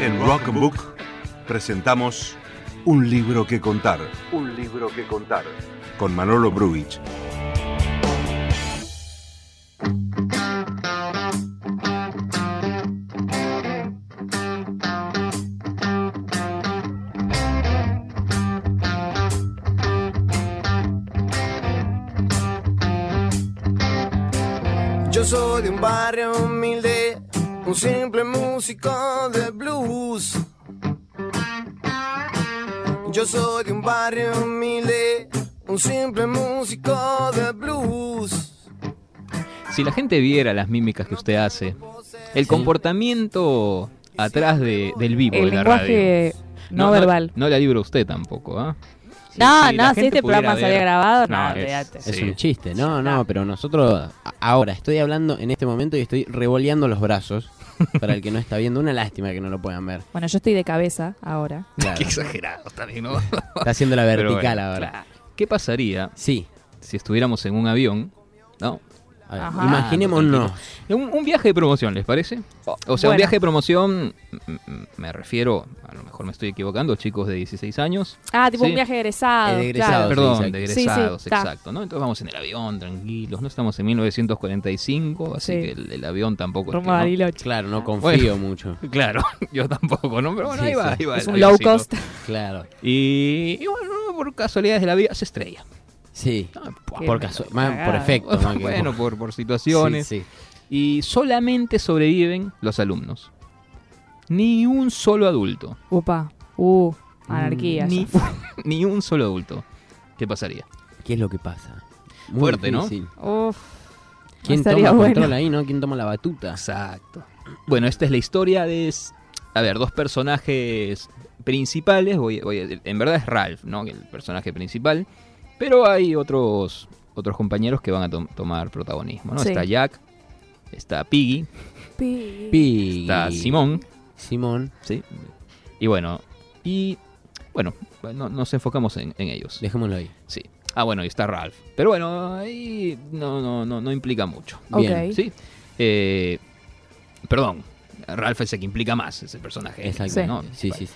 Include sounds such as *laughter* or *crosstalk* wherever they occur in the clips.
En Rockbook presentamos Un libro que contar. Un libro que contar. Con Manolo Bruich. Yo soy de un barrio humilde, un simple músico de blues. Yo soy de un barrio humilde, un simple músico de blues. Si la gente viera las mímicas que usted hace, el comportamiento atrás de- del vivo El de la lenguaje radio. no verbal. No, la libra usted tampoco, ¿ah? no, si la no, si gente este pudiera programa ver- saliera grabado, no, No, es- olvídate. es- Es Sí. un chiste, no, no, pero nosotros a- ahora estoy hablando en este momento y estoy revoleando los brazos. *laughs* Para el que no está viendo, una lástima que no lo puedan ver. Bueno, yo estoy de cabeza ahora. Claro, Qué exagerado también, *laughs* ¿no? está haciendo la Pero vertical bueno, ahora. claro. ¿Qué pasaría Sí, si estuviéramos en un avión? No. a ver, Ajá. imaginémonos. Un, un viaje de promoción, ¿les parece? O sea, un Bueno. viaje de promoción, m- m- me refiero, a lo mejor me estoy equivocando, chicos de 16 años, Ah, tipo Sí. un viaje de egresado. El de egresado, claro. Perdón, sí, de exacto. egresados, Sí, sí, está. exacto, ¿no? Entonces vamos en el avión, tranquilos, no estamos en 1945, así Sí. que el, el avión tampoco... es que Rumbo no- a Bariloche. Claro, no confío mucho. Claro, *laughs* yo tampoco, ¿no? Pero bueno, Sí, ahí va, sí. ahí va. Es el un low avioncito. cost. Claro. Y, y bueno, por casualidades de la vida se estrella. Sí. Ah, pua. Qué Por, me- casu- más por cagada. efecto. *laughs* más que- bueno, por, por Sí, situaciones. sí. Y solamente sobreviven los alumnos. Ni un solo adulto. Upa. Uh, anarquía. Mm, Ni, ya. *laughs* ni un solo adulto. ¿Qué pasaría? ¿Qué es lo que pasa? Muy Fuerte, ¿no? difícil. Uf. ¿Quién Estaría toma bueno. eh? control ahí, no? ¿Quién toma la batuta? Exacto. Bueno, esta es la historia de. s- A ver, dos personajes principales. Voy, voy a- en verdad es Ralph, ¿no? El personaje principal. Pero hay otros, otros compañeros que van a to- tomar protagonismo, ¿no? Sí. Está Jack, está Piggy, Pi. Pi- está Simón, Simón. ¿sí? Y bueno, y. Bueno, no- nos enfocamos en, en ellos. Dejémoslo ahí. Sí. Ah, bueno, y está Ralph. Pero bueno, ahí no, no, no, no implica mucho. Bien. Ok. Sí. Eh, perdón, Ralph es el que implica más, es el personaje. Exacto. Sí. ¿no? Sí, sí, sí.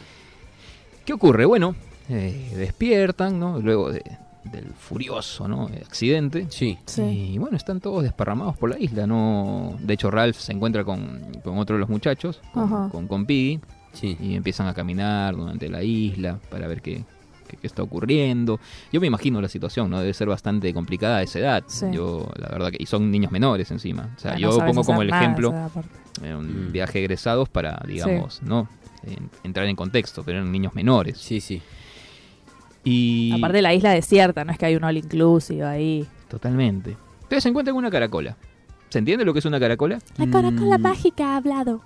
¿Qué ocurre? Bueno, eh, despiertan, ¿no? Luego de- del furioso ¿no? accidente. Sí. Sí. Y bueno, están todos desparramados por la isla, ¿no? De hecho, Ralph se encuentra con, con otro de los muchachos, con, Ajá. con, con Piggy, sí. y empiezan a caminar durante la isla para ver qué, qué- qué está ocurriendo. Yo me imagino la situación, ¿no? Debe ser bastante complicada a esa edad. Sí. Yo, la verdad que... Y son niños menores encima. O sea, Ah, no yo sabes pongo hacer como el nada, ejemplo... o sea, aparte. eh, un Mm. viaje de egresados para, digamos, ¿no? En- entrar en contexto, pero eran niños menores. Sí, sí. Y Aparte la isla desierta, no es que hay un all inclusive ahí. totalmente. Ustedes se encuentran con una caracola. ¿Se entiende lo que es una caracola? La caracola Mm. mágica ha hablado.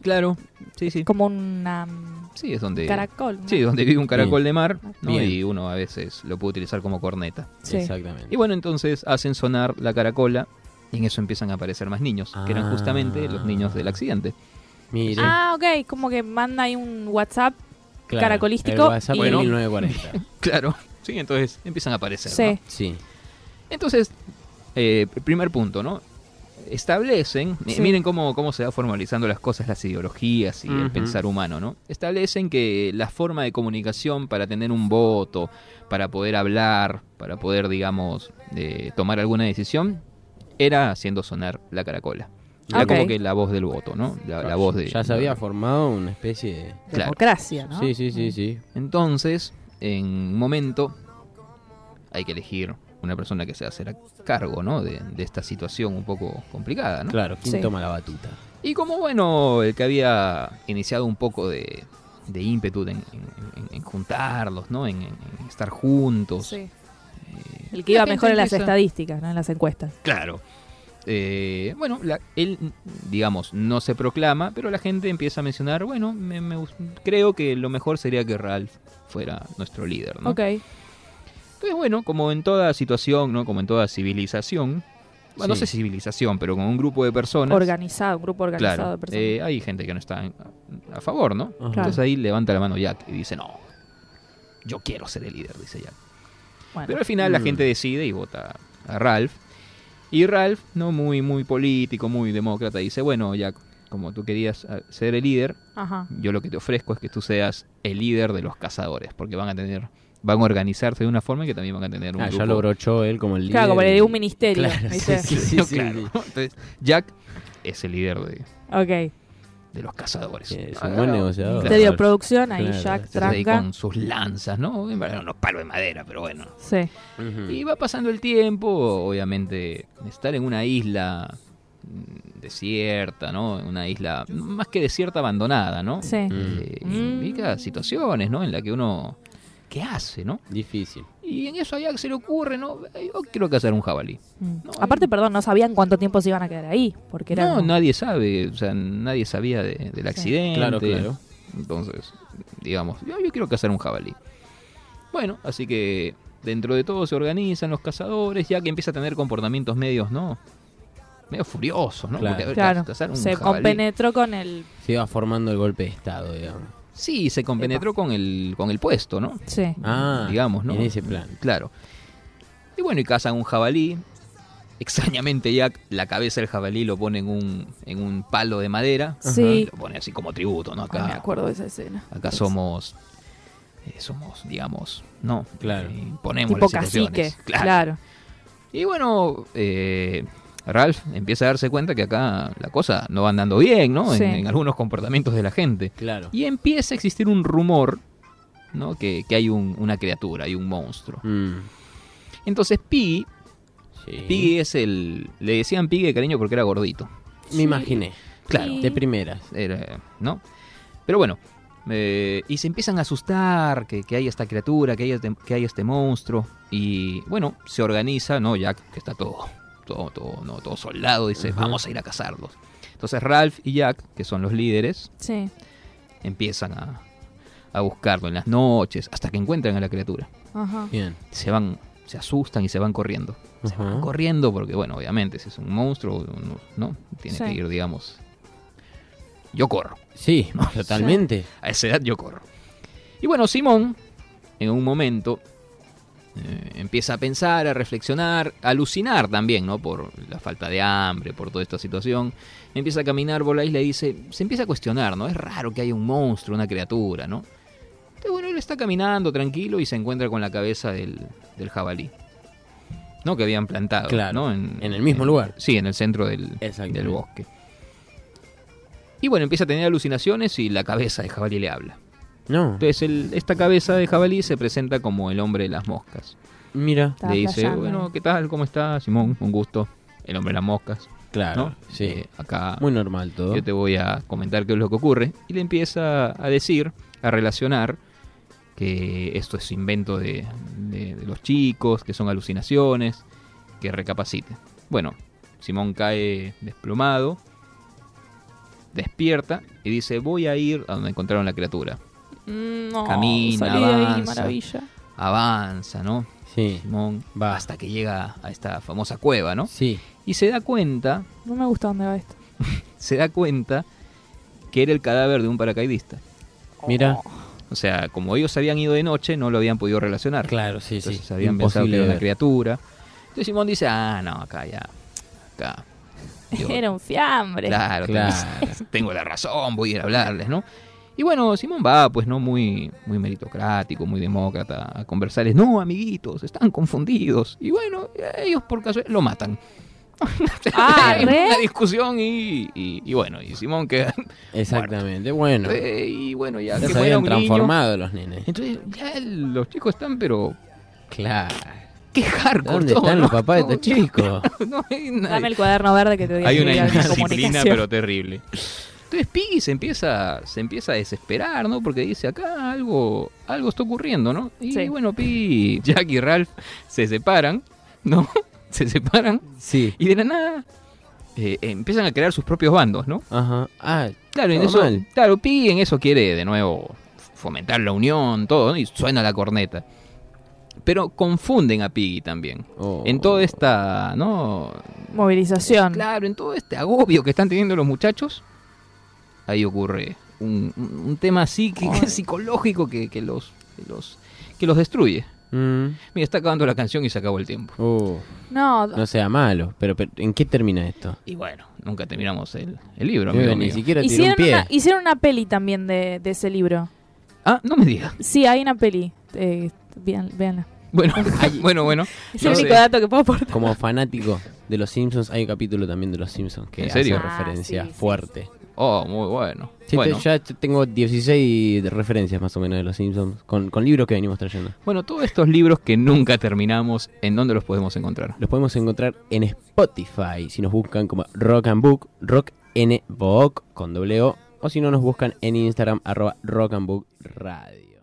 Claro, sí, sí. Como una mm, Sí, es donde caracol. ¿no? Sí, donde vive un caracol Bien. de mar, ¿no? Bien. Y uno a veces lo puede utilizar como corneta. Sí. Exactamente. Y bueno, entonces hacen sonar la caracola y en eso empiezan a aparecer más niños, que eran justamente los niños del accidente. *laughs* Mire, Ah, ok, como que manda ahí un WhatsApp. claro, caracolístico el WhatsApp y- del Bueno. 1940. *laughs* Claro, sí, entonces empiezan a aparecer. ¿no? Sí. Sí. Entonces, eh, primer punto, ¿no? Establecen, mi- Sí. miren cómo, cómo se va formalizando las cosas, las ideologías y el Ujú. pensar humano, ¿no? Establecen que la forma de comunicación para tener un voto, para poder hablar, para poder, digamos, eh, tomar alguna decisión, era haciendo sonar la caracola. Era Ok. como que la voz del voto, ¿no? La, la voz de... Ya se había formado una especie de... Claro. Democracia, ¿no? Sí, sí, sí, sí. Entonces, en un momento, hay que elegir una persona que se hacerá cargo, ¿no? De, de esta situación un poco complicada, ¿no? Claro, ¿quién Sí. toma la batuta? Y como, bueno, el que había iniciado un poco de, de ímpetu en, en- en- en juntarlos, ¿no? En, en- en estar juntos. Sí. eh, El que iba la gente mejor en las empieza- estadísticas, no en las encuestas. Claro. Eh, bueno, la- él, digamos, no se proclama, pero la gente empieza a mencionar, bueno, me- me gust- creo que lo mejor sería que Ralph fuera nuestro líder, ¿no? Ok. Entonces, bueno, como en toda situación, ¿no? Como en toda civilización, bueno, no Sí. sé civilización, pero como un grupo de personas. Organizado, un grupo organizado claro, de personas. eh, hay gente que no está en- a favor, ¿no? Ajá. Claro. Entonces ahí levanta la mano Jack y dice, no, yo quiero ser el líder, dice Jack. Bueno. Pero al final la Mm. gente decide y vota a Ralph. Y Ralph, no muy, muy político, muy demócrata, dice, bueno, Jack, como tú querías eh, ser el líder, Ajá. yo lo que te ofrezco es que tú seas el líder de los cazadores, porque van a tener, van a organizarse de una forma en que también van a tener un Ah, grupo. ya lo brochó él como el líder. Claro, como le y- dio un ministerio. Claro, ¿viste? sí, *laughs* sí, Claro. sí, sí. Entonces, Jack es el líder de, Ok. de los cazadores. Ah, Es un buen negociador. Ministerio de producción, ahí Claro, Jack sí, sí, Entonces, ahí tranca. con sus lanzas, ¿no? En verdad, unos palos de madera, pero bueno. Sí. Ujú. Y va pasando el tiempo, obviamente, estar en una isla mm, desierta, ¿no? Una isla más que desierta abandonada, ¿no? Sí. Eh, Mm. implica situaciones, ¿no? En la que uno ¿qué hace, no? Difícil. Y en eso a Jack se le ocurre, ¿no? Eh, Yo quiero cazar un jabalí. Mm. No, Aparte, eh. perdón, no sabían cuánto tiempo se iban a quedar ahí. Porque era. No, como- nadie sabe, o sea, nadie sabía de- del accidente. Claro, claro. Entonces, digamos, yo, yo quiero cazar un jabalí. Bueno, así que dentro de todo se organizan los cazadores, ya que empieza a tener comportamientos medios, ¿no? Medio furiosos, ¿no? Claro. Porque, a ver, Claro. cazar un Se jabalí- compenetró con el. Se iba formando el golpe de Estado, digamos. Sí, se compenetró con el, con el puesto, ¿no? Sí. Ah, digamos, ¿no? En ese plan. Claro. Y bueno, y cazan un jabalí. Extrañamente Jack, la cabeza del jabalí lo pone en un, en un palo de madera. Sí. Lo pone así como tributo, ¿no? Ay, me Acá, acuerdo de esa escena. acá somos, eh, somos, digamos, no, Eh, Claro. ponemos Tipo las cacique. situaciones. Claro. Y bueno, eh, Ralph empieza a darse cuenta que acá la cosa no va andando bien, ¿no? En- Sí. En, algunos comportamientos de la gente. Claro. Y empieza a existir un rumor, ¿no? Que, que hay un- una criatura, hay un monstruo. Mm, Entonces Piggy, sí. Piggy es el... Le decían Piggy de cariño porque era gordito. Me imaginé. Claro. De primeras. Era, ¿No? Pero bueno. eh, y se empiezan a asustar que, que hay esta criatura, que hay, este, que hay este monstruo. Y bueno, se organiza, ¿no? Jack, que está todo, todo, todo, no, todo soldado, dice, Ajá. vamos a ir a cazarlos. Entonces Ralph y Jack, que son los líderes, Sí. empiezan a, a buscarlo en las noches, hasta que encuentran a la criatura. Ajá. Bien. Se van, se asustan y se van corriendo. Ajá. corriendo porque, bueno, obviamente, si es un monstruo, uno, ¿no? Tiene Sí. que ir, digamos... Yo corro. Sí, totalmente. A esa edad yo corro. Y bueno, Simón, en un momento, eh, empieza a pensar, a reflexionar, a alucinar también, ¿no? Por la falta de hambre, por toda esta situación. Empieza a caminar por la isla y dice, se empieza a cuestionar, ¿no? Es raro que haya un monstruo, una criatura, ¿no? Entonces, bueno, él está caminando tranquilo y se encuentra con la cabeza del, del jabalí. ¿No? Que habían plantado. Claro, ¿no? en el mismo lugar. Sí, en el centro del, Exacto. del bosque. Y bueno, empieza a tener alucinaciones y la cabeza de jabalí le habla. No. Entonces el- esta cabeza de jabalí se presenta como el hombre de las moscas. Mira. Está le dice, flasheando. bueno, ¿qué tal? ¿Cómo está Simón? Un gusto. El hombre de las moscas. Claro. ¿no? Sí. Eh, acá Muy normal todo. yo te voy a comentar qué es lo que ocurre. Y le empieza a decir, a relacionar que esto es invento de, de- de los chicos, que son alucinaciones, que recapacite. Bueno, Simón cae desplomado, despierta y dice, voy a ir a donde encontraron la criatura. Mm, No, Camina, salí de ahí, avanza. maravilla. Avanza, ¿no? Sí. Simón Va. va hasta que llega a esta famosa cueva, ¿no? Sí. Y se da cuenta, No me gusta dónde va esto. se da cuenta que era el cadáver de un paracaidista. Mira. O sea, como ellos habían ido de noche, no lo habían podido relacionar. Claro, sí, sí. Entonces habían pensado que Imposible era una ver. criatura. Entonces Simón dice, ah, no, acá ya. *laughs* Acá. Yo- Era un fiambre. claro, Claro. tengo- *laughs* tengo la razón, voy a ir a hablarles, ¿no? Y bueno, Simón va, pues, ¿no? Muy, muy meritocrático, muy demócrata, a conversarles. No, amiguitos, están confundidos. Y bueno, ellos por casualidad lo matan. *laughs* Ah, Hay ¿re? una discusión y, y- y bueno, y Simón queda... Exactamente. Bueno. eh, y bueno, ya, Ya que se fuera habían un niño. transformado *laughs* los nenes. Entonces, ya el- los chicos están, pero. Claro. ¡Qué hardcore! ¿Dónde todo, están ¿no? los papás de estos *laughs* chicos? No hay nadie. Dame el cuaderno verde que te doy. Hay una de indisciplina, comunicación. pero terrible. Entonces Piggy se empieza, se empieza a desesperar, ¿no? Porque dice, acá algo, algo está ocurriendo, ¿no? Y Sí. bueno, Piggy, Jack y Ralph se separan, ¿no? *laughs* Se separan Sí. y de la nada eh, empiezan a crear sus propios bandos, ¿no? Ajá. Ah, Claro, en eso, Normal. claro, Piggy en eso quiere de nuevo fomentar la unión, todo, ¿no? y suena la corneta. Pero confunden a Piggy también. oh. En toda esta, ¿no? Movilización. Claro, en todo este agobio que están teniendo los muchachos, ahí ocurre un, un- un tema psíquico, Ay. psicológico que, que los, que los que los destruye. Mm. Mira, está acabando la canción y se acabó el tiempo. Uh, No, no sea malo, pero, pero ¿en qué termina esto? Y bueno, nunca terminamos el, el libro, Yo amigo ni mío. siquiera tiré un hicieron, pie. una, hicieron una peli también de, de ese libro. Ah, no me digas. *laughs* Sí, hay una peli. Eh, vean- véanla. Bueno, *laughs* bueno, bueno. Es No el sé. único dato que puedo aportar. Como fanático de los Simpsons, hay un capítulo también de los Simpsons que ¿En serio? hace Ah, referencia sí, sí, fuerte. Oh, muy bueno. Sí, te- bueno. Ya te- tengo 16 de referencias más o menos de los Simpsons con, con libros que venimos trayendo. Bueno, todos estos libros que nunca terminamos, ¿en dónde los podemos encontrar? Los podemos encontrar en Spotify si nos buscan como Rock and Book, Rock N Book con doble O, o si no nos buscan en Instagram arroba Rock and Book Radio.